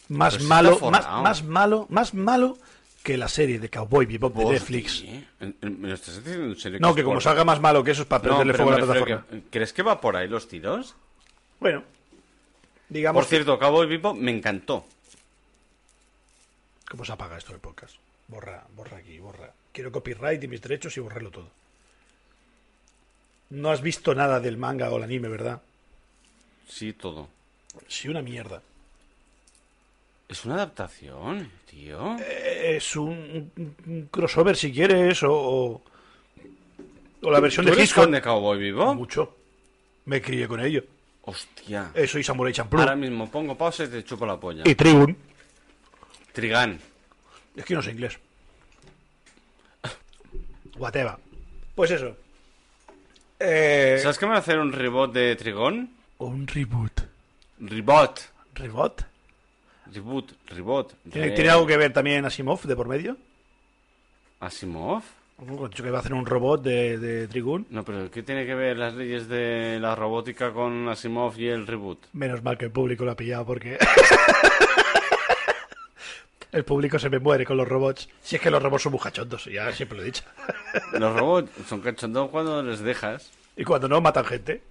S2: Más
S1: Pero sí
S2: malo,
S1: está
S2: más,
S1: forrao.
S2: más malo, más malo que la serie de Cowboy Bebop de Netflix.
S1: ¿Eh? ¿Me lo estás diciendo en serio?
S2: No,
S1: es
S2: que como
S1: por-
S2: salga más malo que eso es para
S1: No,
S2: prenderle
S1: pero
S2: fuego a
S1: me
S2: la
S1: refiero
S2: plataforma.
S1: que- ¿Crees que va por ahí los tiros?
S2: Bueno, digamos
S1: Por cierto, Cowboy Bebop me encantó.
S2: que- cómo se apaga esto de podcast. Borra, borra aquí, borra. Quiero copyright y mis derechos y borrarlo todo. No has visto nada del manga o el anime, ¿verdad?
S1: Sí, todo.
S2: Sí, una mierda.
S1: Es una adaptación, tío.
S2: Eh, Es un, un- un crossover si quieres o, o, o la
S1: ¿Tú
S2: versión de
S1: eres
S2: Hitchcock.
S1: fan de Cowboy Bebop?
S2: Mucho. Me crié con ello.
S1: Hostia.
S2: Eso y Samurai Champloo.
S1: Ahora mismo pongo pausa y te chupo la polla.
S2: Y Tribune.
S1: Trigán.
S2: Es que no sé inglés. Whatever. Pues eso. Eh,
S1: ¿Sabes que me va a hacer un reboot de Trigón?
S2: Un reboot.
S1: Reboot.
S2: ¿Reboot?
S1: Reboot. Reboot.
S2: ¿Tiene,
S1: Re-
S2: tiene algo que ver también Asimov de por medio?
S1: ¿Asimov?
S2: Algo que va a hacer un robot de, de Trigun.
S1: No, pero ¿qué tiene que ver las leyes de la robótica con Asimov y el reboot?
S2: Menos mal que el público lo ha pillado porque. el público se me muere con los robots. Si es que los robots son muchachondos, ya siempre lo he dicho.
S1: Los robots son cachondos cuando les dejas,
S2: Y cuando no, matan gente.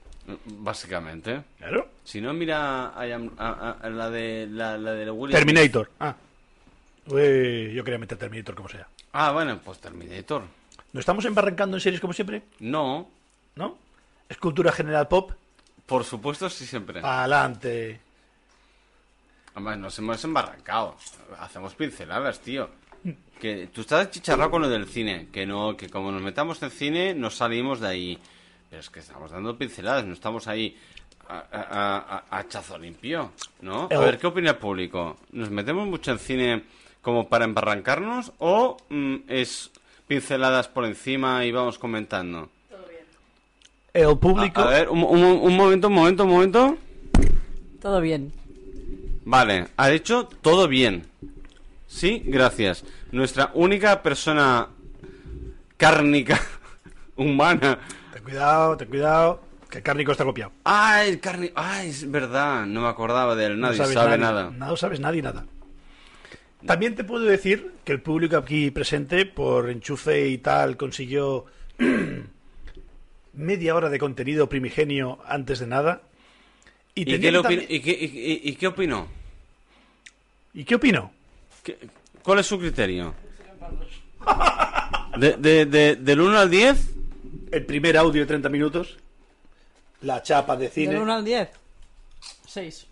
S1: básicamente.
S2: Claro.
S1: Si no, mira I am- a- a- a la de la, la de Will Smith.
S2: Terminator. Ah. Uy, yo quería meter Terminator como sea.
S1: Ah, bueno, pues Terminator.
S2: ¿Nos estamos embarrancando en series como siempre?
S1: No,
S2: ¿No? Es cultura general pop. Eh,
S1: por supuesto sí siempre.
S2: Ah, Adelante.
S1: Además, nos hemos embarrancado. Hacemos pinceladas, tío. Que tú estás chicharrado con lo del cine. Que no, que como nos metamos en cine, nos salimos de ahí. Pero es que estamos dando pinceladas, no estamos ahí a, a- a- a hachazo limpio, ¿no? A
S2: El-
S1: ver, ¿qué opina el público? ¿Nos metemos mucho en cine como para embarrancarnos o mm, es pinceladas por encima y vamos comentando?
S3: Todo bien.
S2: El
S1: A,
S2: público.
S1: a ver, un, un- un momento, un momento, un momento.
S4: Todo bien.
S1: Vale, ha hecho todo bien. Sí, gracias. Nuestra única persona cárnica humana.
S2: Ten cuidado, ten cuidado. Que el cárnico está copiado.
S1: Ah, el carni... Ah, es verdad, no me acordaba de él.
S2: No
S1: Nadie
S2: sabes
S1: sabe
S2: nadie-
S1: nada.
S2: No sabes nadie nada. También te puedo decir que el público aquí presente, por enchufe y tal, consiguió media hora de contenido primigenio antes de nada. ¿Y,
S1: ¿Y
S2: tenían
S1: qué, le opin-
S2: también-
S1: y qué- y- y- y qué opinó?
S2: ¿Y qué opino?
S1: ¿Qué- ¿Cuál es su criterio? De- de- de- ¿Del 1 al 10?
S2: El primer audio de 30 minutos, la chapa de cine.
S4: Del 1 al 10. 6.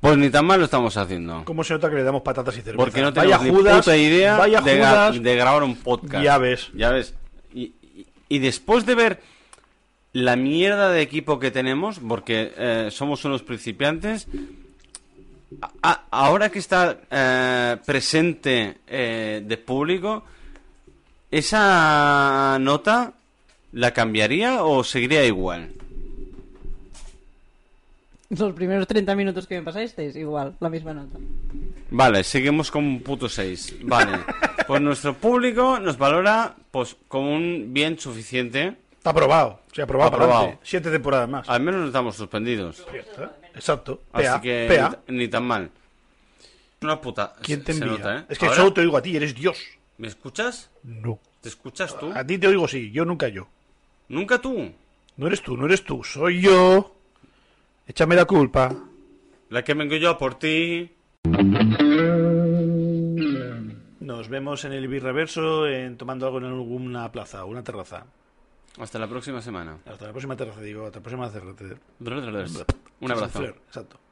S1: Pues ni tan mal lo estamos haciendo.
S2: ¿Cómo se nota que le damos patatas y cerveza?
S1: Porque no
S2: Vaya
S1: tenemos ni
S2: Judas,
S1: puta idea
S2: vaya
S1: de, gra-
S2: Judas,
S1: de grabar un podcast.
S2: Ya ves.
S1: Ya ves. Y, y- y después de ver la mierda de equipo que tenemos, porque eh, somos unos principiantes, a- a- ahora que está eh, presente eh, de público, ¿esa nota la cambiaría o seguiría igual?
S4: Los primeros 30 minutos que me pasasteis, igual, la misma nota.
S1: Vale, seguimos con un puto 6. Vale. Pues nuestro público nos valora pues como un bien suficiente.
S2: Está aprobado. Se ha aprobado.
S1: Aprobado.
S2: para adelante. Siete temporadas más.
S1: Al menos no estamos suspendidos.
S2: Exacto. PA,
S1: Así que
S2: PA.
S1: ni, ni tan mal. Una puta.
S2: ¿Quién te
S1: se- se
S2: envía?
S1: nota, ¿eh?
S2: Es que
S1: Ahora,
S2: solo te oigo a ti, eres Dios.
S1: ¿Me escuchas?
S2: No.
S1: ¿Te escuchas tú?
S2: A ti te oigo sí, yo nunca yo.
S1: Nunca tú.
S2: No eres tú, no eres tú, soy yo. Échame la culpa.
S1: La que vengo yo a por ti.
S2: Nos vemos en el birreverso en tomando algo en alguna plaza, una terraza.
S1: Hasta la próxima semana.
S2: Hasta la próxima terraza, digo, hasta la próxima terraza.
S1: Un abrazo.
S2: Fleur, Exacto.